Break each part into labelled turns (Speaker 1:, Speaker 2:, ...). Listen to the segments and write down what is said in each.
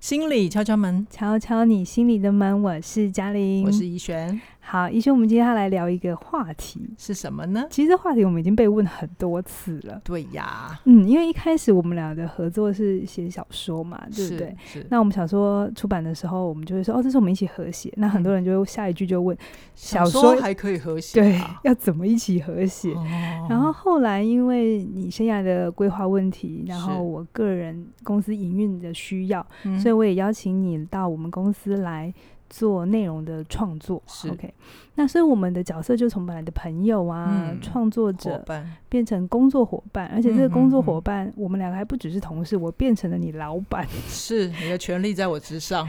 Speaker 1: 心理敲敲门，
Speaker 2: 敲敲你心里的门，我是嘉玲，
Speaker 1: 我是怡璇，
Speaker 2: 好，医生，我们今天要来聊一个话题。
Speaker 1: 是什么呢？
Speaker 2: 其实这话题我们已经被问很多次了，
Speaker 1: 对呀，
Speaker 2: 嗯，因为一开始我们俩的合作是写小说嘛，对不
Speaker 1: 是
Speaker 2: 对？
Speaker 1: 是
Speaker 2: 那我们小说出版的时候，我们就会说，哦，这是我们一起合写。那很多人就下一句就问，小
Speaker 1: 小
Speaker 2: 说
Speaker 1: 说还可以和谐
Speaker 2: 对
Speaker 1: 啊，，
Speaker 2: 要怎么一起合写？
Speaker 1: 哦
Speaker 2: 然后后来因为你生涯的规划问题，然后
Speaker 1: 是
Speaker 2: 我个人公司营运的需要，
Speaker 1: 嗯
Speaker 2: 所以我也邀请你到我们公司来做内容的创作。
Speaker 1: 是
Speaker 2: OK，那所以我们的角色就从本来的朋友啊、
Speaker 1: 嗯
Speaker 2: 创作
Speaker 1: 伙
Speaker 2: 者
Speaker 1: 伴
Speaker 2: 变成工作伙伴，而且这个
Speaker 1: 嗯
Speaker 2: 工作
Speaker 1: 嗯
Speaker 2: 伙
Speaker 1: 嗯
Speaker 2: 伴，我们两个还不只是同事，我变成了你老板。
Speaker 1: 是你的权利在我之上，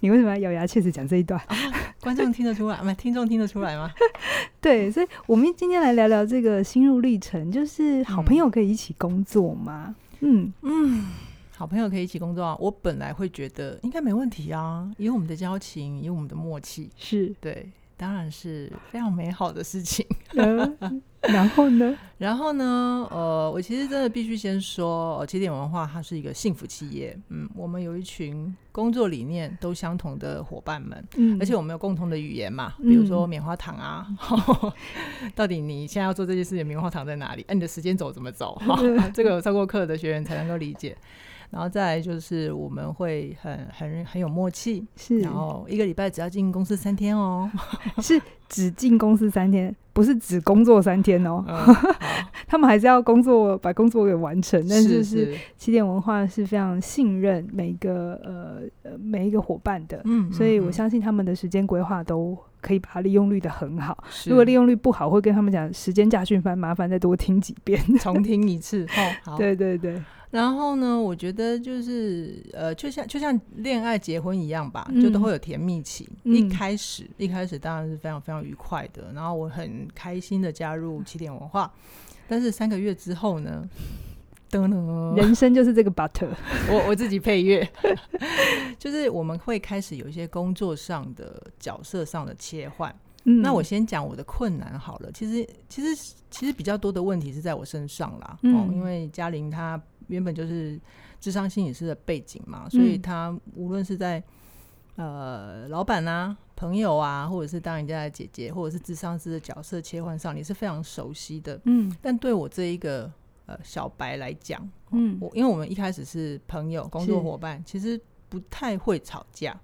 Speaker 2: 你为什么要咬牙切齿讲这一段？
Speaker 1: 观众听得出来吗？听众听得出来吗？
Speaker 2: 对，所以我们今天来聊聊这个心路历程，就是好朋
Speaker 1: 嗯
Speaker 2: 友可以一起工作吗？嗯
Speaker 1: 好朋友可以一起工作啊！我本来会觉得应该没问题啊，以我们的交情，以我们的默契，
Speaker 2: 是，
Speaker 1: 对，当然是非常美好的事情。
Speaker 2: 嗯 然后呢？
Speaker 1: 然后呢，呃，我其实真的必须先说，呃，起点文化它是一个幸福企业，嗯，我们有一群工作理念都相同的伙伴们，
Speaker 2: 嗯，
Speaker 1: 而且我们有共同的语言嘛，比如说
Speaker 2: 嗯
Speaker 1: 棉花糖啊， 到底你现在要做这件事情，棉花糖在哪里？哎、你的时间轴怎么 走？哈
Speaker 2: 嗯
Speaker 1: 这个有上过课的学员才能够理解。然后再来就是我们会很很很有默契，
Speaker 2: 是
Speaker 1: 然后一个礼拜只要进公司三天 哦，
Speaker 2: 是只进公司三天，不是只工作三天哦。
Speaker 1: 嗯、好
Speaker 2: 他们还是要工作，把工作给完成。但是是
Speaker 1: 是，
Speaker 2: 起点文化是非常信任每一个呃呃每一个伙伴的，
Speaker 1: 嗯
Speaker 2: 所以我
Speaker 1: 想，
Speaker 2: 相信他们的时间规划都可以把它利用率的很好。
Speaker 1: 是
Speaker 2: 如果利用率不好，会跟他们讲时间驾训班，麻烦再多听几遍。
Speaker 1: 重听一次，哦，好，
Speaker 2: 对对对，
Speaker 1: 然后呢，我觉得就是呃，就像就像恋爱、结婚一样吧，
Speaker 2: 嗯
Speaker 1: 就都会有甜蜜期。
Speaker 2: 嗯
Speaker 1: 一开始一开始当然是非常非常愉快的，然后我很开心的加入起点文化，但是三个月之后呢，噔 噔，
Speaker 2: 人生就是这个 butter。
Speaker 1: 我我自己配乐， 就是我们会开始有一些工作上的角色上的切换。
Speaker 2: 嗯，
Speaker 1: 那我先讲我的困难好了。其实，其实，其实比较多的问题是在我身上啦。哦，
Speaker 2: 嗯
Speaker 1: 因为嘉玲她原本就是智商心理师的背景嘛，所以
Speaker 2: 嗯
Speaker 1: 她无论是在呃老板啊、朋友啊，或者是当人家的姐姐，或者是智商师的角色切换上，你是非常熟悉的。
Speaker 2: 嗯
Speaker 1: 但对我这一个呃小白来讲，哦
Speaker 2: 嗯
Speaker 1: 我因为我们一开始是朋友、工作
Speaker 2: 是
Speaker 1: 伙伴，其实不太会吵架。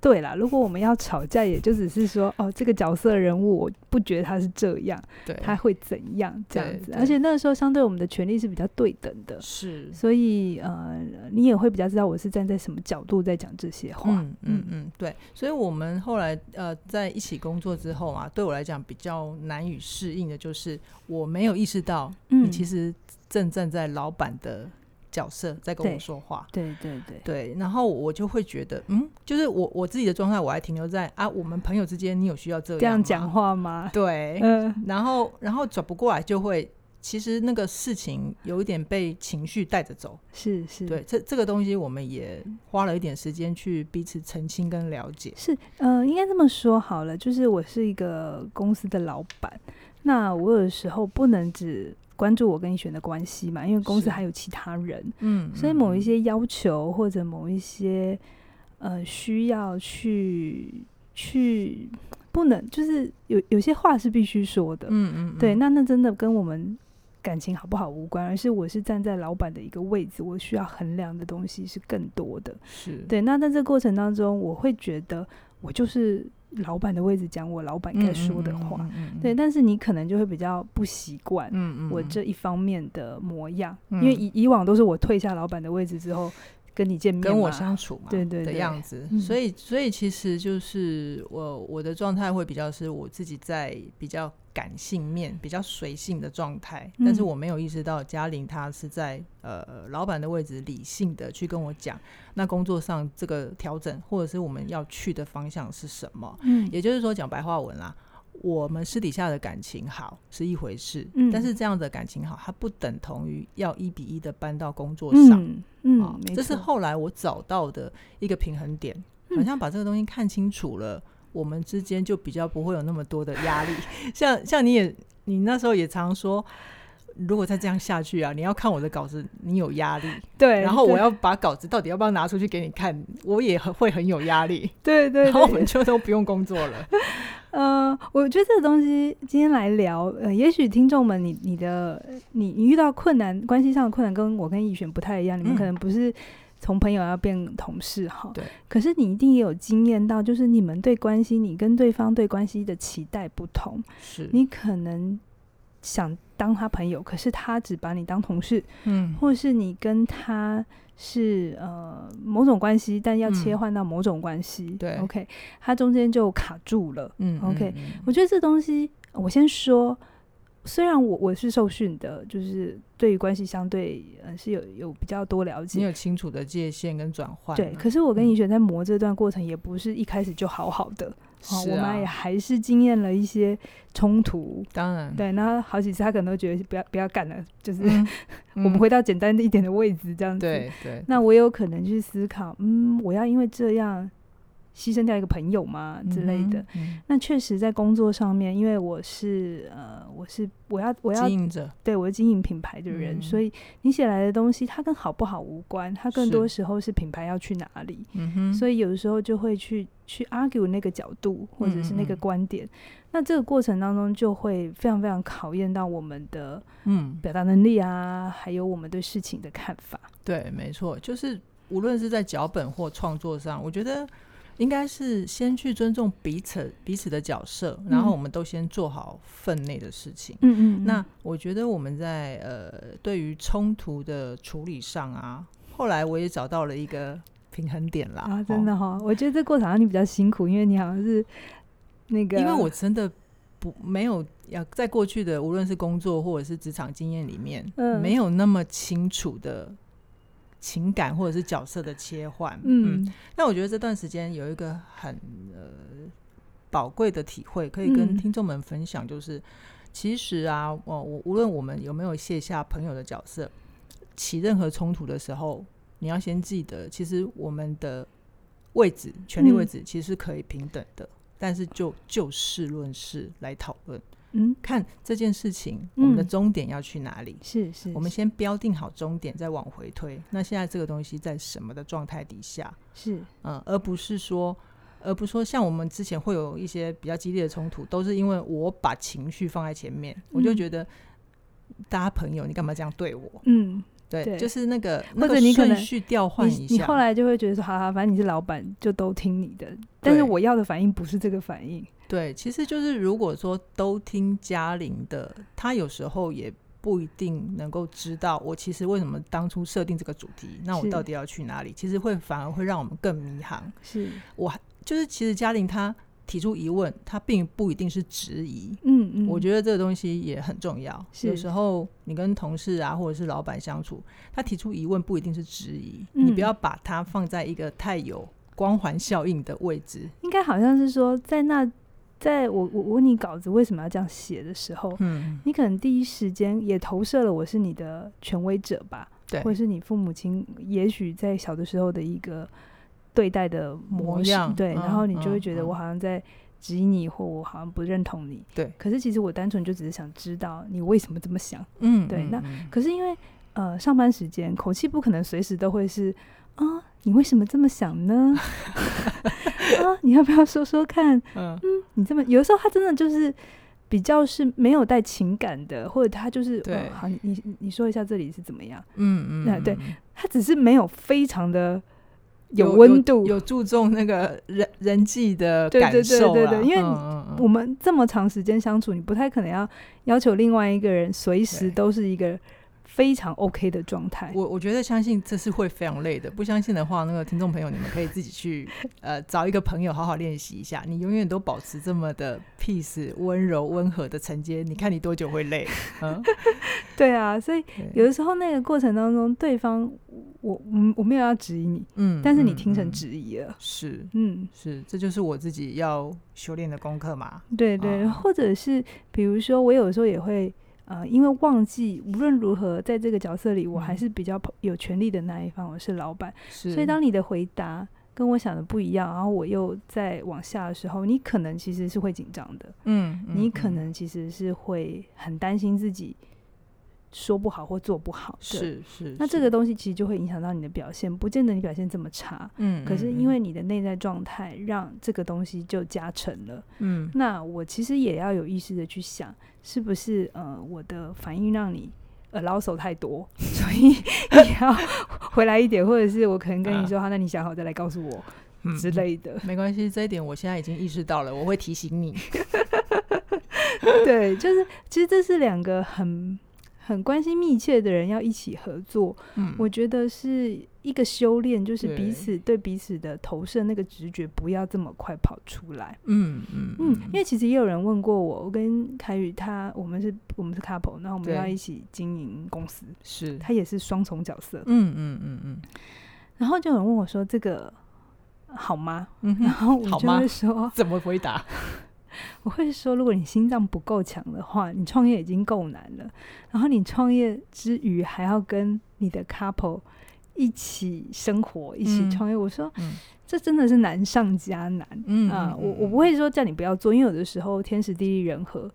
Speaker 2: 对啦，如果我们要吵架，也就只是说哦，这个角色人物我不觉得他是这样。
Speaker 1: 对，
Speaker 2: 他会怎样这样
Speaker 1: 对
Speaker 2: 子。
Speaker 1: 对
Speaker 2: 而且那个时候，相对我们的权利是比较对等的，
Speaker 1: 是
Speaker 2: 所以呃，你也会比较知道我是站在什么角度在讲这些话。
Speaker 1: 嗯嗯嗯，对，所以我们后来呃在一起工作之后啊，对我来讲比较难以适应的就是，我没有意识到
Speaker 2: 嗯
Speaker 1: 你其实正站在老板的角色在跟
Speaker 2: 对
Speaker 1: 我说话。
Speaker 2: 对对对，
Speaker 1: 对，然后我就会觉得，嗯，就是我我自己的状态，我还停留在啊，我们朋友之间，你有需要这样
Speaker 2: 这样
Speaker 1: 吗
Speaker 2: 讲？话吗？
Speaker 1: 对，
Speaker 2: 嗯、
Speaker 1: 然后然后转不过来，就会其实那个事情有一点被情绪带着走。
Speaker 2: 是是，
Speaker 1: 对，这这个东西我们也花了一点时间去彼此澄清跟了解。
Speaker 2: 是，呃，应该这么说好了，就是我是一个公司的老板，那我有时候不能只关注我跟你选的关系嘛，因为公司
Speaker 1: 是
Speaker 2: 还有其他人，
Speaker 1: 嗯
Speaker 2: 所以某一些要求或者某一些呃需要去去不能，就是有有些话是必须说的。
Speaker 1: 嗯嗯，嗯
Speaker 2: 对，那那真的跟我们感情好不好无关，而是我是站在老板的一个位置，我需要衡量的东西是更多的。
Speaker 1: 是
Speaker 2: 对，那在这个过程当中，我会觉得我就是老板的位置，讲我老板该说的话。，
Speaker 1: 嗯嗯嗯嗯嗯
Speaker 2: 对，但是你可能就会比较不习惯。
Speaker 1: 嗯嗯，
Speaker 2: 我
Speaker 1: 嗯
Speaker 2: 这一方面的模样，
Speaker 1: 嗯
Speaker 2: 因为以以往都是我退下老板的位置之后跟你见面嘛，
Speaker 1: 跟我相处嘛，
Speaker 2: 对对
Speaker 1: 的
Speaker 2: 对
Speaker 1: 样子
Speaker 2: 嗯，
Speaker 1: 所以所以其实就是我我的状态会比较是我自己在比较感性面、比较随性的状态，
Speaker 2: 嗯
Speaker 1: 但是我没有意识到嘉玲她是在呃老板的位置理性的去跟我讲，那工作上这个调整或者是我们要去的方向是什么，
Speaker 2: 嗯，
Speaker 1: 也就是说，讲白话文啦，我们私底下的感情好是一回事，
Speaker 2: 嗯
Speaker 1: 但是这样的感情好，它不等同于要一比一的搬到工作上。
Speaker 2: 嗯
Speaker 1: 啊
Speaker 2: 嗯，没
Speaker 1: 这是
Speaker 2: 错
Speaker 1: 后来我找到的一个平衡点，好
Speaker 2: 嗯
Speaker 1: 像把这个东西看清楚了，我们之 间就比较不会有那么多的压力。像像你也，你那时候也常说。如果再这样下去啊，你要看我的稿子，你有压力。
Speaker 2: 对，
Speaker 1: 然后
Speaker 2: 对
Speaker 1: 我要把稿子到底要不要拿出去给你看，我也很会很有压力。
Speaker 2: 对对，
Speaker 1: 然后我
Speaker 2: 对
Speaker 1: 们就都不用工作了。
Speaker 2: 呃，我觉得这个东西今天来聊，呃，也许听众们你，你的你你遇到困难，关系上的困难，跟我跟逸璇不太一样，你们可
Speaker 1: 嗯
Speaker 2: 能不是从朋友要变同事哈，
Speaker 1: 对。
Speaker 2: 可是你一定也有经验到，就是你们对关系，你跟对方对关系的期待不同，
Speaker 1: 是，
Speaker 2: 你可能想当他朋友，可是他只把你当同事，
Speaker 1: 嗯，
Speaker 2: 或是你跟他是呃某种关系，但要切
Speaker 1: 嗯
Speaker 2: 换到某种关系，
Speaker 1: 对
Speaker 2: ，OK，他中间就卡住了。
Speaker 1: 嗯
Speaker 2: OK，
Speaker 1: 嗯嗯
Speaker 2: 我觉得这东西，我先说，虽然我我是受训的，就是对于关系相对呃是有有比较多了
Speaker 1: 你
Speaker 2: 解，
Speaker 1: 有清楚的界限跟转换啊。
Speaker 2: 对。可是我跟
Speaker 1: 嗯
Speaker 2: 怡璇在磨这段过程，也不是一开始就好好的，哦
Speaker 1: 是
Speaker 2: 我
Speaker 1: 啊
Speaker 2: 们也还是经验了一些冲突。
Speaker 1: 当然，
Speaker 2: 对，然后好几次他可能都觉得不要不要干了，就是、
Speaker 1: 嗯，
Speaker 2: 我们
Speaker 1: 嗯
Speaker 2: 回到简单一点的位置这样子。，
Speaker 1: 对对，
Speaker 2: 那我有可能去思考，嗯，我要因为这样牺牲掉一个朋友吗之类的？
Speaker 1: 嗯
Speaker 2: 那确实在工作上面，因为我是呃，我是我要我
Speaker 1: 哼，
Speaker 2: 要
Speaker 1: 经营者
Speaker 2: 对我是经营品牌的人，
Speaker 1: 嗯
Speaker 2: 所以你写来的东西它跟好不好无关，它更
Speaker 1: 是
Speaker 2: 多时候是品牌要去哪里，
Speaker 1: 嗯哼，
Speaker 2: 所
Speaker 1: 以
Speaker 2: 以有的时候就会去去 argue 那个角度或者是那
Speaker 1: 嗯
Speaker 2: 个
Speaker 1: 嗯嗯
Speaker 2: 观点。那这个过程当中就会非常非常考验到我们的
Speaker 1: 嗯，
Speaker 2: 表达能力啊，还有我们对事情的看法。
Speaker 1: 对，没错，就是无论是在脚本或创作上，我觉得应该是先去尊重彼此彼此的角色，然后
Speaker 2: 嗯
Speaker 1: 我们都先做好分内的事情。
Speaker 2: 嗯嗯，
Speaker 1: 那我觉得我们在呃对于冲突的处理上啊，后来我也找到了一个平衡点啦。
Speaker 2: 啊，
Speaker 1: 哦
Speaker 2: 真的哈、我觉得这过程好像你比较辛苦，因为你好像是那个，
Speaker 1: 因为我真的不没有要在过去的无论是工作或者是职场经验里面，
Speaker 2: 嗯
Speaker 1: 没有那么清楚的情感或者是角色的切换。
Speaker 2: 嗯
Speaker 1: 那我觉得这段时间有一个很呃宝贵的体会，可以跟
Speaker 2: 嗯
Speaker 1: 听众们分享，就是、其实啊，我我无论我们有没有卸下朋友的角色，起任何冲突的时候，你要先记得，其实我们的位置、权力位
Speaker 2: 嗯
Speaker 1: 置其实是可以平等的，但是就就事论事来讨论，
Speaker 2: 嗯
Speaker 1: 看这件事情我们的
Speaker 2: 嗯
Speaker 1: 终点要去哪里。
Speaker 2: 是是，
Speaker 1: 我们先标定好终点，再往回推。那现在这个东西在什么的状态底下？
Speaker 2: 是
Speaker 1: 嗯，而不是说，而不是说像我们之前会有一些比较激烈的冲突，都是因为我把情绪放在前面，我就
Speaker 2: 嗯
Speaker 1: 觉得大家朋友，你干嘛这样对我？
Speaker 2: 嗯，
Speaker 1: 对，
Speaker 2: 对
Speaker 1: 就是那个那
Speaker 2: 者
Speaker 1: 个
Speaker 2: 你可
Speaker 1: 顺
Speaker 2: 能
Speaker 1: 序调换
Speaker 2: 你
Speaker 1: 一
Speaker 2: 你
Speaker 1: 下，
Speaker 2: 后来就会觉得说，好好，反正你是老板，就都听你的。但是
Speaker 1: 对
Speaker 2: 我要的反应不是这个反应，
Speaker 1: 对，其实就是如果说都听嘉玲的，她有时候也。不一定能够知道我其实为什么当初设定这个主题，那我
Speaker 2: 是
Speaker 1: 到底要去哪里？其实会反而会让我们更迷航。
Speaker 2: 是，
Speaker 1: 就是其实嘉玲她提出疑问，她并不一定是质疑，
Speaker 2: 嗯嗯，
Speaker 1: 我觉得这个东西也很重要。
Speaker 2: 是
Speaker 1: 有时候你跟同事啊，或者是老板相处，他提出疑问不一定是质疑，
Speaker 2: 嗯
Speaker 1: 你不要把它放在一个太有光环效应的位置。
Speaker 2: 应该好像是说，在那，在我我我问你稿子为什么要这样写的时候，
Speaker 1: 嗯，
Speaker 2: 你可能第一时间也投射了我是你的权威者吧，
Speaker 1: 对
Speaker 2: 或是你父母亲，也许在小的时候的一个对待的模
Speaker 1: 模
Speaker 2: 式，
Speaker 1: 样
Speaker 2: 对，然后
Speaker 1: 嗯
Speaker 2: 你就会觉得
Speaker 1: 嗯
Speaker 2: 我好像在。质疑你，或我好像不认同你。
Speaker 1: 对
Speaker 2: 可是其实我单纯就只是想知道你为什么这么想。
Speaker 1: 嗯
Speaker 2: 对
Speaker 1: 嗯
Speaker 2: 那
Speaker 1: 嗯
Speaker 2: 可是因为呃上班时间，口气不可能随时都会是啊，你为什么这么想呢？ 啊，你要不要说说看？
Speaker 1: 嗯
Speaker 2: 你这么有的时候他真的就是比较是没有带情感的，或者他就是呃
Speaker 1: 对
Speaker 2: 好，你你你说一下这里是怎么样？
Speaker 1: 嗯嗯
Speaker 2: 那对，
Speaker 1: 嗯
Speaker 2: 他只是没有非常的有
Speaker 1: 有
Speaker 2: 温度。
Speaker 1: 有注重那个人人际的
Speaker 2: 对对
Speaker 1: 感
Speaker 2: 对
Speaker 1: 受
Speaker 2: 对
Speaker 1: 啦
Speaker 2: 对因为
Speaker 1: 嗯嗯
Speaker 2: 我
Speaker 1: 嗯
Speaker 2: 们这么长时间相处，你不太可能要要求另外一个人随时
Speaker 1: 对
Speaker 2: 都是一个非常 OK 的状态。
Speaker 1: 我我觉得相信这是会非常累的，不相信的话，那个听众朋友你们可以自己去呃找一个朋友好好练习一下。你永远都保持这么的 peace、温柔、温和的承接，你看你多久会累？嗯，
Speaker 2: 对啊，所以
Speaker 1: 对
Speaker 2: 有的时候那个过程当中，对方我我我没有要质疑你，
Speaker 1: 嗯
Speaker 2: 但是你听成
Speaker 1: 嗯嗯
Speaker 2: 质疑了。
Speaker 1: 是
Speaker 2: 嗯，
Speaker 1: 是，这就是我自己要修炼的功课嘛。
Speaker 2: 对对，
Speaker 1: 啊
Speaker 2: 或者是比如说，我有时候也会呃，因为忘记无论如何，在这个角色里，我还
Speaker 1: 嗯
Speaker 2: 是比较有权利的那一方，我是老板，
Speaker 1: 是，
Speaker 2: 所以当你的回答跟我想的不一样，然后我又再往下的时候，你可能其实是会紧张的，
Speaker 1: 嗯，嗯
Speaker 2: 你可
Speaker 1: 嗯
Speaker 2: 能其实是会很担心自己说不好或做不好的。
Speaker 1: 是是，
Speaker 2: 那这
Speaker 1: 是
Speaker 2: 个东西其实就会影响到你的表现，不见得你表现这么差，
Speaker 1: 嗯，
Speaker 2: 可是
Speaker 1: 嗯
Speaker 2: 因为你的内在状态让这个东西就加成了。
Speaker 1: 嗯
Speaker 2: 那我其实也要有意识的去想，是不是呃我的反应让你呃老手太多， 所以你要回来一点，或者是我可能跟你说好，那你想好再来告诉我、
Speaker 1: 嗯
Speaker 2: 之类 的。
Speaker 1: 没关系，这一点我现在已经意识到了，我会提醒你。
Speaker 2: 对，就是其实这是两个很很关系密切的人要一起合作，
Speaker 1: 嗯，
Speaker 2: 我觉得是一个修炼，就是
Speaker 1: 对
Speaker 2: 彼此对彼此的投射那个直觉不要这么快跑出来。
Speaker 1: 嗯嗯
Speaker 2: 嗯，因为其实也有人问过我，我跟凯宇他，我们是我们是 couple，那我们
Speaker 1: 对嗯
Speaker 2: 要一起经营公司，
Speaker 1: 是，
Speaker 2: 他也是双重角色。
Speaker 1: 嗯嗯嗯嗯
Speaker 2: 然后就有人问我说：“这个好吗？”
Speaker 1: 嗯
Speaker 2: 然
Speaker 1: 哼，
Speaker 2: 后我
Speaker 1: 好
Speaker 2: 就
Speaker 1: 吗
Speaker 2: 会说
Speaker 1: 怎么回 答？：“
Speaker 2: 我会说，如果你心脏不够强的话，你创业已经够难了，然后你创业之余还要跟你的 couple 一起生活，一起
Speaker 1: 嗯
Speaker 2: 创业。我说
Speaker 1: 嗯
Speaker 2: 这真的是难上加难。
Speaker 1: 嗯
Speaker 2: 啊，我我不
Speaker 1: 会
Speaker 2: 会说叫你不要做，因为有的时候天时地利人和，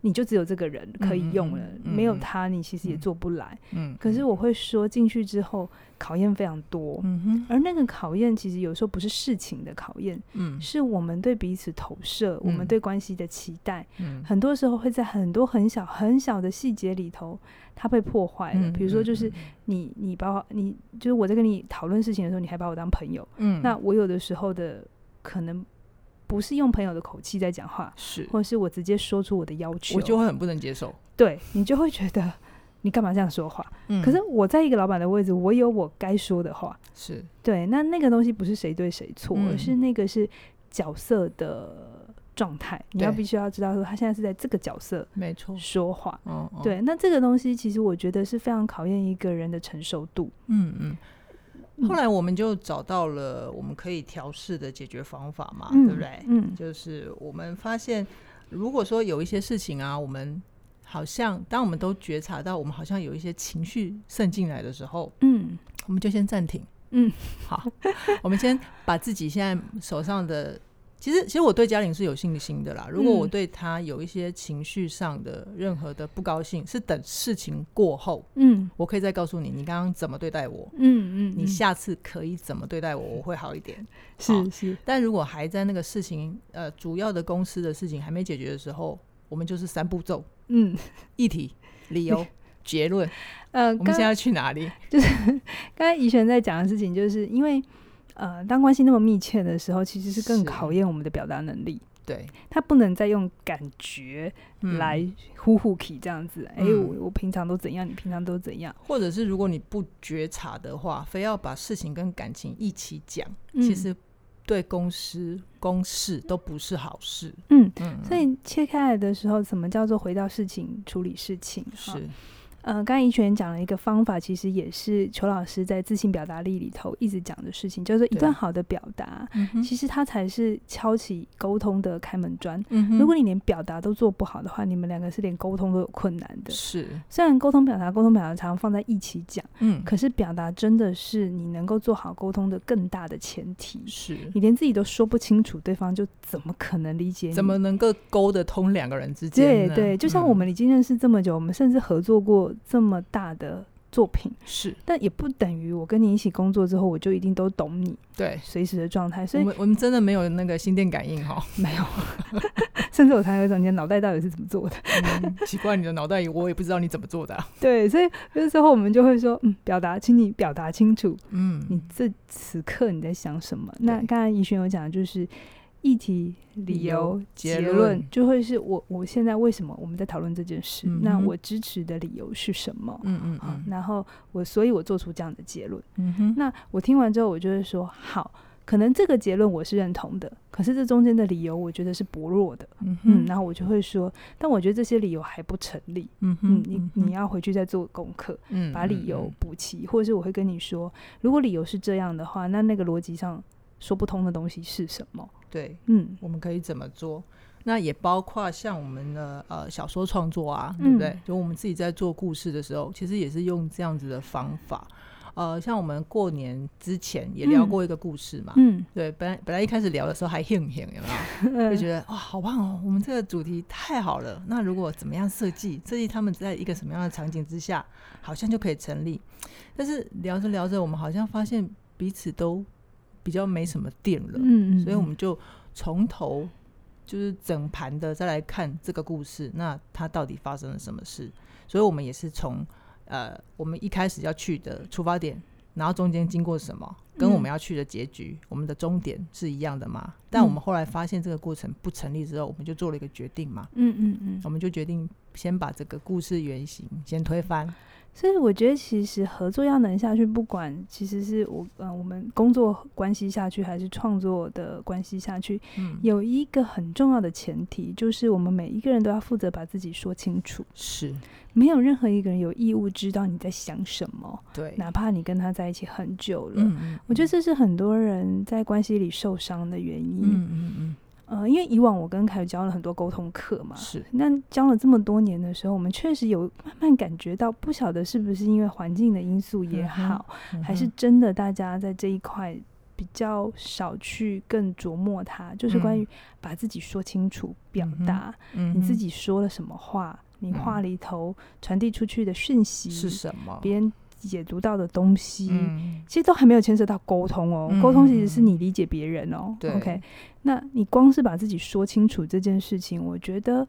Speaker 2: 你就只有这个人可以用了，
Speaker 1: 嗯嗯嗯
Speaker 2: 没有
Speaker 1: 嗯
Speaker 2: 他你其实也
Speaker 1: 嗯
Speaker 2: 做不来。
Speaker 1: 嗯，
Speaker 2: 可是我会说进去之后考验非常多，
Speaker 1: 嗯哼
Speaker 2: 而那个考验其实有时候不是事情的考验，
Speaker 1: 嗯
Speaker 2: 是我们对彼此投射，我们
Speaker 1: 嗯
Speaker 2: 对关系的期待，
Speaker 1: 嗯
Speaker 2: 很多时候会在很多很小很小的细节里头，它被破坏了。
Speaker 1: 嗯
Speaker 2: 比如说，就是
Speaker 1: 嗯
Speaker 2: 你你把我你就是我在跟你讨论事情的时候，你还把我当朋友。
Speaker 1: 嗯
Speaker 2: 那我有的时候的可能不是用朋友的口气在讲话，
Speaker 1: 是
Speaker 2: 或者是我直接说出我的要求，
Speaker 1: 嗯我就会很不能接受。
Speaker 2: 对你就会觉得你干嘛这样说话？
Speaker 1: 嗯
Speaker 2: 可是我在一个老板的位置，我有我该说的话。
Speaker 1: 是
Speaker 2: 对，那那个东西不是谁对谁错，
Speaker 1: 嗯
Speaker 2: 而是那个是角色的状态，你要
Speaker 1: 对
Speaker 2: 必须要知道说他现在是在这个角色
Speaker 1: 没错，
Speaker 2: 说话。
Speaker 1: 哦，哦，
Speaker 2: 对，那这个东西其实我觉得是非常考验一个人的承受度。
Speaker 1: 嗯嗯。
Speaker 2: 嗯
Speaker 1: 后来我们就找到了我们可以调试的解决方法嘛，
Speaker 2: 嗯
Speaker 1: 对不对？
Speaker 2: 嗯，
Speaker 1: 就是我们发现，如果说有一些事情啊，我们好像当我们都觉察到我们好像有一些情绪渗进来的时候，
Speaker 2: 嗯
Speaker 1: 我们就先暂停。
Speaker 2: 嗯，
Speaker 1: 好，我们先把自己现在手上的，其实其实我对嘉玲是有信心的啦。如果我
Speaker 2: 嗯
Speaker 1: 对她有一些情绪上的任何的不高兴，是等事情过后，
Speaker 2: 嗯
Speaker 1: 我可以再告诉你，你刚刚怎么对待我，
Speaker 2: 嗯嗯，
Speaker 1: 你
Speaker 2: 嗯
Speaker 1: 下次可以怎么对待我，我会好一点。好
Speaker 2: 是是，
Speaker 1: 但如果还在那个事情，呃，主要的公司的事情还没解决的时候，我们就是三步骤：
Speaker 2: 嗯
Speaker 1: 议题、理由、结论。
Speaker 2: 呃，
Speaker 1: 我
Speaker 2: 刚
Speaker 1: 们现在要去哪里？
Speaker 2: 刚才怡璇在讲的事情，就是因为呃，当关系那么密切的时候，其实是更
Speaker 1: 是
Speaker 2: 考验我们的表达能力。
Speaker 1: 对，
Speaker 2: 他不能再用感觉
Speaker 1: 嗯
Speaker 2: 来呼呼气这样子，哎、
Speaker 1: 嗯
Speaker 2: 我我平常都怎样，你平常都怎样。
Speaker 1: 或者是如果你不觉察的话，非要把事情跟感情一起讲，
Speaker 2: 嗯
Speaker 1: 其实对公司公事都不是好事。
Speaker 2: 嗯，
Speaker 1: 嗯，
Speaker 2: 所以切开来的时候，怎么叫做回到事情处理事情？哈
Speaker 1: 是，
Speaker 2: 呃，刚才怡璇讲了一个方法，其实也是裘老师在自信表达力里头一直讲的事情，叫做一
Speaker 1: 对
Speaker 2: 段好的表达，
Speaker 1: 嗯哼
Speaker 2: 其实它才是敲起沟通的开门砖。
Speaker 1: 嗯哼
Speaker 2: 如果你连表达都做不好的话，你们两个是连沟通都有困难的。
Speaker 1: 是，
Speaker 2: 虽然沟通表达、沟通表达常常放在一起讲，
Speaker 1: 嗯，
Speaker 2: 可是表达真的是你能够做好沟通的更大的前提。
Speaker 1: 是，
Speaker 2: 你连自己都说不清楚，对方就怎么可能理解你？
Speaker 1: 怎么能够勾得通两个人之间
Speaker 2: 对
Speaker 1: 呢？
Speaker 2: 对，就像
Speaker 1: 嗯
Speaker 2: 我们已经认识这么久，我们甚至合作过这么大的作品，
Speaker 1: 是
Speaker 2: 但也不等于我跟你一起工作之后，我就一定都懂你
Speaker 1: 对。
Speaker 2: 随时的状态。
Speaker 1: 我
Speaker 2: 所以
Speaker 1: 们我们真的没有那个心电感应 哈、
Speaker 2: 没有，甚至我常常有一种你的脑袋到底是怎么做的？
Speaker 1: 嗯，奇怪，你的脑袋我也不知道你怎么做的啊、
Speaker 2: 对，所以有的时候我们就会说，嗯，表达，请你表达清楚，你
Speaker 1: 嗯，
Speaker 2: 这此刻你在想什么？那
Speaker 1: 对
Speaker 2: 刚才怡璇有讲，的就是议题、理
Speaker 1: 理
Speaker 2: 由
Speaker 1: 由、
Speaker 2: 结
Speaker 1: 结
Speaker 2: 论
Speaker 1: 论，
Speaker 2: 就会是我我现在为什么我们在讨论这件事？
Speaker 1: 嗯哼
Speaker 2: 那我支持的理由是什么？
Speaker 1: 嗯嗯
Speaker 2: 啊，
Speaker 1: 嗯
Speaker 2: 然后我所以我做出这样的结论。
Speaker 1: 嗯哼，
Speaker 2: 那我听完之后，我就会说好。可能这个结论我是认同的，可是这中间的理由我觉得是薄弱的，
Speaker 1: 嗯
Speaker 2: 嗯，
Speaker 1: 哼，
Speaker 2: 然后我就会说，但我觉得这些理由还不成立，
Speaker 1: 嗯
Speaker 2: 嗯
Speaker 1: 哼，，
Speaker 2: 你
Speaker 1: 嗯
Speaker 2: 你
Speaker 1: 哼
Speaker 2: 要回去再做功课，
Speaker 1: 嗯
Speaker 2: 把理由补齐，或者是我会跟你说，如果理由是这样的话，那那个逻辑上说不通的东西是什么？
Speaker 1: 嗯对，
Speaker 2: 嗯
Speaker 1: 我们可以怎么做？那也包括像我们的呃小说创作啊，
Speaker 2: 嗯
Speaker 1: 对不对？就我们自己在做故事的时候，其实也是用这样子的方法。呃，像我们过年之前也聊过一个故事嘛，
Speaker 2: 嗯，
Speaker 1: 对，本来本来一开始聊的时候还兴兴，有没有？ 就觉得哇，好棒哦！我们这个主题太好了。那如果怎么样设计，设计他们在一个什么样的场景之下，好像就可以成立。但是聊着聊着，我们好像发现彼此都比较没什么电了，
Speaker 2: 嗯嗯，
Speaker 1: 所以我们就从头就是整盘的再来看这个故事，那它到底发生了什么事？所以我们也是从呃我们一开始要去的出发点，然后中间经过什么，跟我
Speaker 2: 嗯
Speaker 1: 们要去的结局，我们的终点是一样的嘛？但我
Speaker 2: 嗯
Speaker 1: 们后来发现这个过程不成立之后，我们就做了一个决定嘛，
Speaker 2: 嗯嗯嗯，
Speaker 1: 我们就决定先把这个故事原型先推翻。
Speaker 2: 所以我觉得其实合作要能下去，不管其实是我呃我们工作关系下去，还是创作的关系下去，
Speaker 1: 嗯，
Speaker 2: 有一个很重要的前提，就是我们每一个人都要负责把自己说清楚，
Speaker 1: 是
Speaker 2: 没有任何一个人有义务知道你在想什么，
Speaker 1: 对，
Speaker 2: 哪怕你跟他在一起很久了。
Speaker 1: 嗯嗯，
Speaker 2: 我觉得这是很多人在关系里受伤的原因。
Speaker 1: 嗯嗯嗯
Speaker 2: 呃，因为以往我跟凯宇教了很多沟通课嘛
Speaker 1: 嗯，是
Speaker 2: 那教了这么多年的时候，我们确实有慢慢感觉到，不晓得是不是因为环境的因素也
Speaker 1: 嗯哼
Speaker 2: 好，还是真的大家在这一块比较少去更琢磨它，就是关于把自己说清楚、表
Speaker 1: 嗯嗯哼
Speaker 2: 达
Speaker 1: 嗯
Speaker 2: 你自
Speaker 1: 哼
Speaker 2: 己说了什么话，你
Speaker 1: 嗯
Speaker 2: 话里头传递出去的讯息，
Speaker 1: 是什么？
Speaker 2: 别人解读到的东西。
Speaker 1: 嗯
Speaker 2: 其实都还没有牵涉到沟通哦，
Speaker 1: 嗯
Speaker 2: 沟通其实是你理解别人哦。
Speaker 1: 对
Speaker 2: OK，那你光是把自己说清楚这件事情，我觉得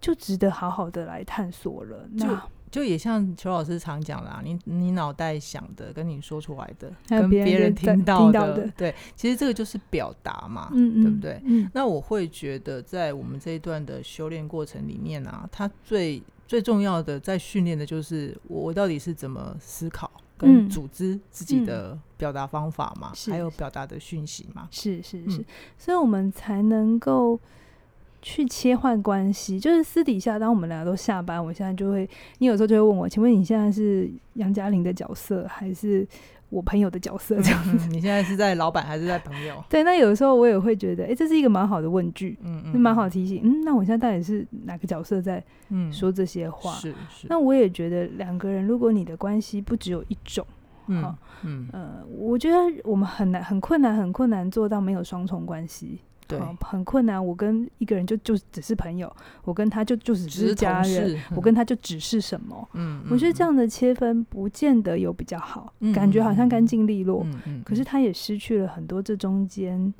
Speaker 2: 就值得好好的来探索了。
Speaker 1: 就
Speaker 2: 那
Speaker 1: 就也像邱老师常讲啦，你你脑袋想的跟你说出来的，
Speaker 2: 还有
Speaker 1: 跟
Speaker 2: 别人
Speaker 1: 人
Speaker 2: 在
Speaker 1: 听
Speaker 2: 听到
Speaker 1: 的，
Speaker 2: 的
Speaker 1: 对，其实这个就是表达嘛。
Speaker 2: 嗯嗯，
Speaker 1: 对不对
Speaker 2: 嗯
Speaker 1: 那我会觉得，在我们这一段的修炼过程里面啊，它最最重要的在训练的就是我我到底是怎么思考跟
Speaker 2: 嗯
Speaker 1: 组织自己的表达方法嘛，
Speaker 2: 是
Speaker 1: 还有表达的讯息嘛。
Speaker 2: 是是
Speaker 1: 嗯
Speaker 2: 是，所以我们才能够去切换关系。就是私底下，当我们俩都下班，我现在就会，你有时候就会问我，请问你现在是杨嘉玲的角色，还是我朋友的角色？ 这样子。
Speaker 1: 嗯你现在是在老板还是在朋友？
Speaker 2: 对，那有时候我也会觉得，哎、这是一个蛮好的问句。
Speaker 1: 嗯
Speaker 2: 是
Speaker 1: 嗯，
Speaker 2: 蛮好提醒，嗯，那我现在到底是哪个角色在
Speaker 1: 嗯，
Speaker 2: 说这些话？
Speaker 1: 是是，
Speaker 2: 那我也觉得两个人，如果你的关系不只有一种，
Speaker 1: 嗯
Speaker 2: 好
Speaker 1: 嗯，
Speaker 2: 呃，我觉得我们很难、很困难、很困难做到没有双重关系，
Speaker 1: 对，
Speaker 2: 好很困难。我跟一个人就就只是朋友，我跟他就就只
Speaker 1: 只是
Speaker 2: 是家
Speaker 1: 同
Speaker 2: 人，
Speaker 1: 事，
Speaker 2: 我跟他就只是什么？
Speaker 1: 嗯，嗯
Speaker 2: 我觉得
Speaker 1: 嗯
Speaker 2: 这样的切分不见得有比较好，
Speaker 1: 嗯
Speaker 2: 感觉
Speaker 1: 嗯
Speaker 2: 好像
Speaker 1: 嗯
Speaker 2: 干
Speaker 1: 嗯
Speaker 2: 净利落，
Speaker 1: 嗯嗯，
Speaker 2: 可是他也失去了很多这中间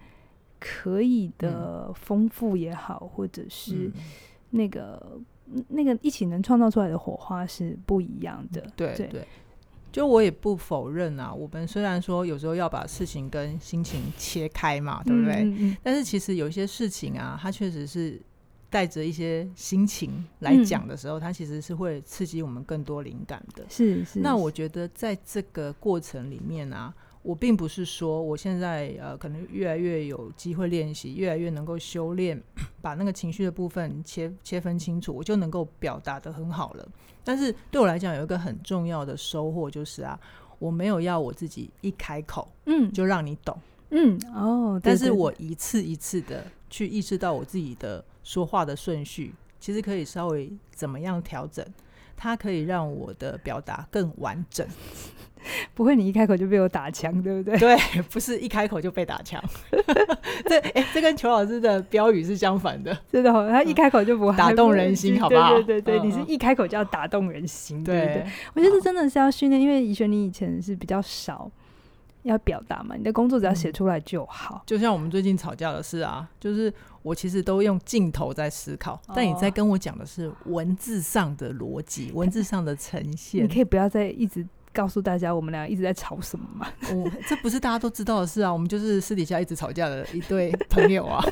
Speaker 2: 可以的丰富也好，或者是。
Speaker 1: 嗯
Speaker 2: 那个那个一起能创造出来的火花是不一样的。
Speaker 1: 嗯对
Speaker 2: 对
Speaker 1: 对，就我也不否认啊，我们虽然说有时候要把事情跟心情切开嘛，啊对不对？
Speaker 2: 嗯嗯
Speaker 1: 但是其实有一些事情啊，它确实是带着一些心情来讲的时候，它其实是会刺激我们更多灵感的
Speaker 2: 嗯。是是。
Speaker 1: 那
Speaker 2: 是
Speaker 1: 我觉得在这个过程里面啊，我并不是说我现在呃可能越来越有机会练习，越来越能够修炼，把那个情绪的部分切切分清楚，我就能够表达的很好了。但是对我来讲，有一个很重要的收获就是啊，我没有要我自己一开口
Speaker 2: 嗯
Speaker 1: 就让你懂，
Speaker 2: 嗯哦，对
Speaker 1: 但是
Speaker 2: 对
Speaker 1: 我一次一次的去意识到我自己的说话的顺序，其实可以稍微怎么样调整，它可以让我的表达更完整。
Speaker 2: 不会，你一开口就被我打枪，对 不对？
Speaker 1: 对，不是一开口就被打枪。 这哎、这跟裘老师的标语是相反的。
Speaker 2: 真的好，他一开口就不
Speaker 1: 嗯打动人心好不好
Speaker 2: 对对对，
Speaker 1: 嗯
Speaker 2: 对你是
Speaker 1: 嗯
Speaker 2: 一开口就要打动人心，对不对
Speaker 1: 对，
Speaker 2: 我觉得这真的是要训练，因为怡璇你以前是比较少要表达嘛，你的工作只要
Speaker 1: 嗯
Speaker 2: 写出来就好。
Speaker 1: 就像我们最近吵架的事啊，就是我其实都用镜头在思考，但你在
Speaker 2: 哦
Speaker 1: 跟我讲的是文字上的逻 辑，文字上的呈
Speaker 2: 你
Speaker 1: 现。
Speaker 2: 可以不要再一直告诉大家我们俩一直在吵什么嘛。
Speaker 1: 我哦这不是大家都知道的事啊，我们就是私底下一直吵架的一对朋友 啊。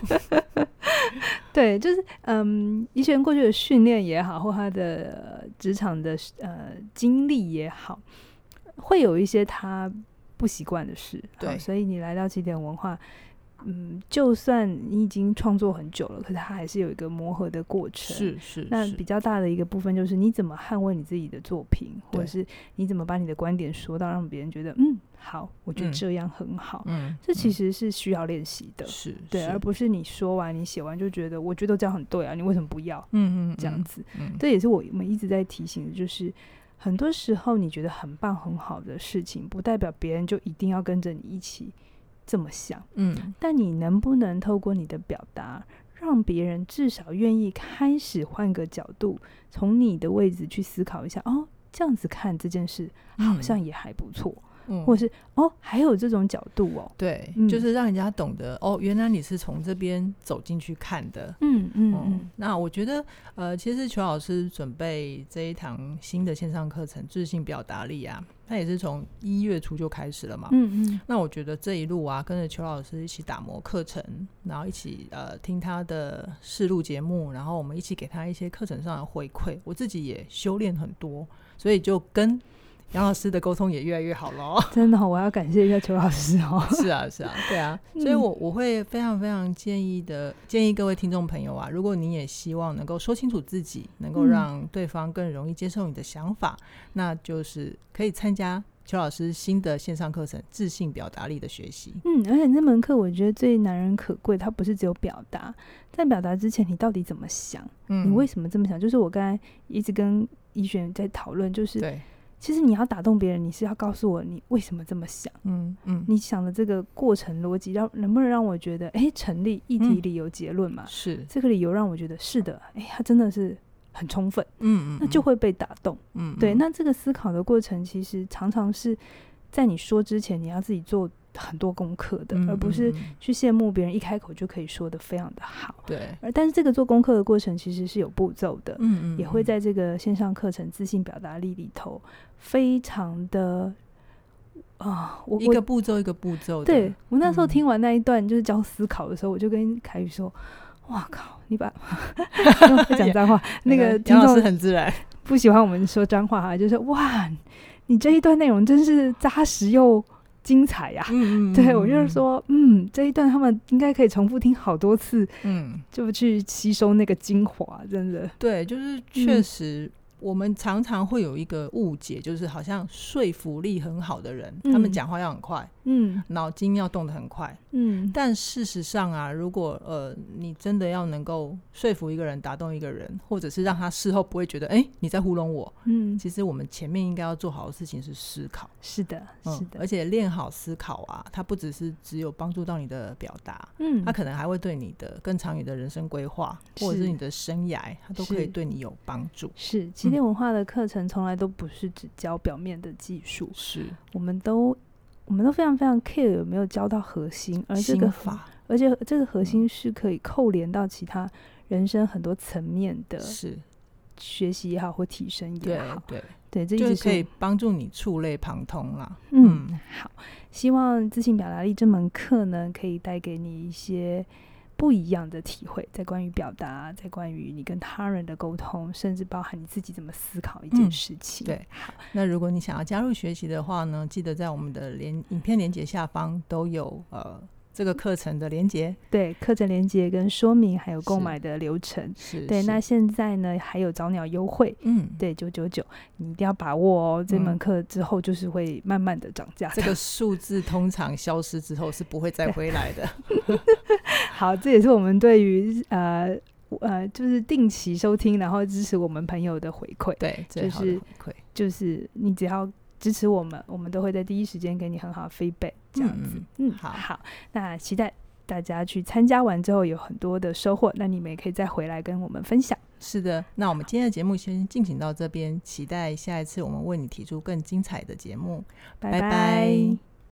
Speaker 2: 对，就是嗯，怡璇过去的训练也好，或他的呃职场的呃经历也好，会有一些他不习惯的事。好
Speaker 1: 对
Speaker 2: 所以你来到起点文化，嗯，就算你已经创作很久了，可是它还是有一个磨合的过程。。
Speaker 1: 是
Speaker 2: 那比较大的一个部分就是你怎么捍卫你自己的作品，或
Speaker 1: 对
Speaker 2: 者是你怎么把你的观点说到让别人觉得嗯好，我觉得
Speaker 1: 嗯
Speaker 2: 这样很好。
Speaker 1: 嗯，
Speaker 2: 这其
Speaker 1: 嗯
Speaker 2: 实是需要练习的。
Speaker 1: 是
Speaker 2: 对，
Speaker 1: 是
Speaker 2: 而不是你说完你写完就觉得，我觉得这样很对啊，你为什么不要
Speaker 1: 嗯嗯
Speaker 2: 这样
Speaker 1: 嗯
Speaker 2: 子？
Speaker 1: 嗯
Speaker 2: 这也是我们一直在提醒的，就是很多时候你觉得很棒很好的事情，不代表别人就一定要跟着你一起这么想。
Speaker 1: 嗯
Speaker 2: 但你能不能透过你的表达，让别人至少愿意开始换个角度，从你的位置去思考一下？哦，这样子看这件事好像也还不错，
Speaker 1: 嗯
Speaker 2: 或是哦，还有这种角度哦。
Speaker 1: 对，
Speaker 2: 嗯
Speaker 1: 就是让人家懂得哦，原来你是从这边走进去看的。
Speaker 2: 嗯嗯
Speaker 1: 哦，那我觉得，呃，其实裘老师准备这一堂新的线上课程《自信表达力》啊，那也是从一月初就开始了嘛。
Speaker 2: 嗯嗯
Speaker 1: 那我觉得这一路啊，跟着裘老师一起打磨课程，然后一起呃听他的试录节目，然后我们一起给他一些课程上的回馈，我自己也修炼很多，所以就跟杨老师的沟通也越来越好喽。
Speaker 2: 嗯， 真的哦、我要感谢一下邱老师哦。
Speaker 1: 是啊，是啊，对啊，
Speaker 2: 嗯
Speaker 1: 所以我我会非常非常建议的，建议各位听众朋友啊，如果你也希望能够说清楚自己，能够
Speaker 2: 嗯
Speaker 1: 让对方更容易接受你的想法，那就是可以参加邱老师新的线上课程《自信表达力的学习》。
Speaker 2: 嗯，而且这门课我觉得最难能可贵，它不是只有表达，在表达之前你到底怎么想，
Speaker 1: 嗯
Speaker 2: 你为什么这么想？就是我刚才一直跟怡璇在讨论，就是
Speaker 1: 对，
Speaker 2: 其实你要打动别人，你是要告诉我你为什么这么想，
Speaker 1: 嗯嗯，
Speaker 2: 你想的这个过程逻辑，让能不能让我觉得，哎，成立议题
Speaker 1: 嗯
Speaker 2: 理由结论嘛？
Speaker 1: 是，
Speaker 2: 这个理由让我觉得是的，哎，它真的是很充分，
Speaker 1: 嗯嗯，
Speaker 2: 那就
Speaker 1: 嗯
Speaker 2: 会被打动。
Speaker 1: 嗯
Speaker 2: 对，
Speaker 1: 嗯
Speaker 2: 那这个思考的过程，其实常常是在你说之前，你要自己做很多功课的，
Speaker 1: 嗯
Speaker 2: 而不是
Speaker 1: 嗯嗯
Speaker 2: 去羡慕别人一开口就可以说的非常的好。
Speaker 1: 对，
Speaker 2: 而但是这个做功课的过程其实是有步骤的，
Speaker 1: 嗯嗯，
Speaker 2: 也会
Speaker 1: 嗯
Speaker 2: 在这个线上课程自信表达力里头，非常的啊、我
Speaker 1: 一
Speaker 2: 我
Speaker 1: 个步骤一个步骤的，
Speaker 2: 对我那时候
Speaker 1: 嗯
Speaker 2: 听完那一段就是教思考的时候，我就跟凯宇说：“哇靠，你把 会讲脏话，那个听
Speaker 1: 杨老师
Speaker 2: 众
Speaker 1: 很自 然，
Speaker 2: 不喜欢我们说脏话哈，就是哇，你这一段内容真是扎实又精彩呀、
Speaker 1: 嗯嗯，
Speaker 2: 对
Speaker 1: 嗯
Speaker 2: 我就是，说，嗯，这一段他们应该可以重复听好多次，
Speaker 1: 嗯嗯，
Speaker 2: 就去吸收那个精华，真的。
Speaker 1: 对，就是确
Speaker 2: 嗯
Speaker 1: 实。我们常常会有一个误解，就是好像说服力很好的人，他们
Speaker 2: 嗯
Speaker 1: 讲话要很快，
Speaker 2: 嗯
Speaker 1: 脑筋要动得很快。
Speaker 2: 嗯，
Speaker 1: 但事实上啊，如果呃你真的要能够说服一个人、打动一个人，或者是让他事后不会觉得哎、诶你在糊弄我，
Speaker 2: 嗯，
Speaker 1: 其实我们前面应该要做好的事情是思考。
Speaker 2: 是的，
Speaker 1: 嗯
Speaker 2: 是的
Speaker 1: 而，且练好思考啊，它不只是只有帮助到你的表达，
Speaker 2: 嗯
Speaker 1: 它啊可能还会对你的更长远的人生规划，或者
Speaker 2: 是
Speaker 1: 是你的生涯，它都可
Speaker 2: 是
Speaker 1: 以对你有帮助。
Speaker 2: 是起点文化的课程从来都不是只教表面的技术，
Speaker 1: 是
Speaker 2: 我们都我们都非常非常 care 有没有教到核心，而呃这
Speaker 1: 心
Speaker 2: 个核
Speaker 1: 法嗯
Speaker 2: 而且这个核心是可以扣连到其他人生很多层面的
Speaker 1: 是
Speaker 2: 学习也好或提升也
Speaker 1: 对
Speaker 2: 好，
Speaker 1: 对，
Speaker 2: 对，这一
Speaker 1: 就
Speaker 2: 直
Speaker 1: 是可
Speaker 2: 是
Speaker 1: 以帮助你触类旁通啦。
Speaker 2: 嗯
Speaker 1: 嗯
Speaker 2: 好，希望自信表达力这门课呢，可以带给你一些。不一样的体会，在关于表达，在关于你跟他人的沟通，甚至包含你自己怎么思考一件
Speaker 1: 嗯
Speaker 2: 事情。
Speaker 1: 对，那如果你想要加入学习的话呢，记得在我们的连影片连接下方都有呃这个课程的连接。
Speaker 2: 对，课程连接跟说明，还有购
Speaker 1: 是
Speaker 2: 买的流程。
Speaker 1: 是，
Speaker 2: 对，
Speaker 1: 是
Speaker 2: 那现在呢还有早鸟优惠，
Speaker 1: 嗯，
Speaker 2: 对，九九九，你一定要把握哦。这门
Speaker 1: 嗯
Speaker 2: 课之后就是会慢慢的涨价的。
Speaker 1: 这个数字通常消失之后是不会再回来 的。
Speaker 2: 好，这也是我们对于呃呃，就是定期收听，然后支持我们朋友的回馈。
Speaker 1: 对，
Speaker 2: 就
Speaker 1: 最好的
Speaker 2: 是
Speaker 1: 回馈，
Speaker 2: 就是你只要支持我们，我们都会在第一时间给你很好的 feedback，这样子。
Speaker 1: 嗯
Speaker 2: 嗯，
Speaker 1: 好
Speaker 2: 那期待大家去参加完之后有很多的收获，那你们也可以再回来跟我们分享。
Speaker 1: 是的。那我们今天的节目先进行到这边，期待下一次我们为你提出更精彩的节目。拜
Speaker 2: 拜
Speaker 1: 拜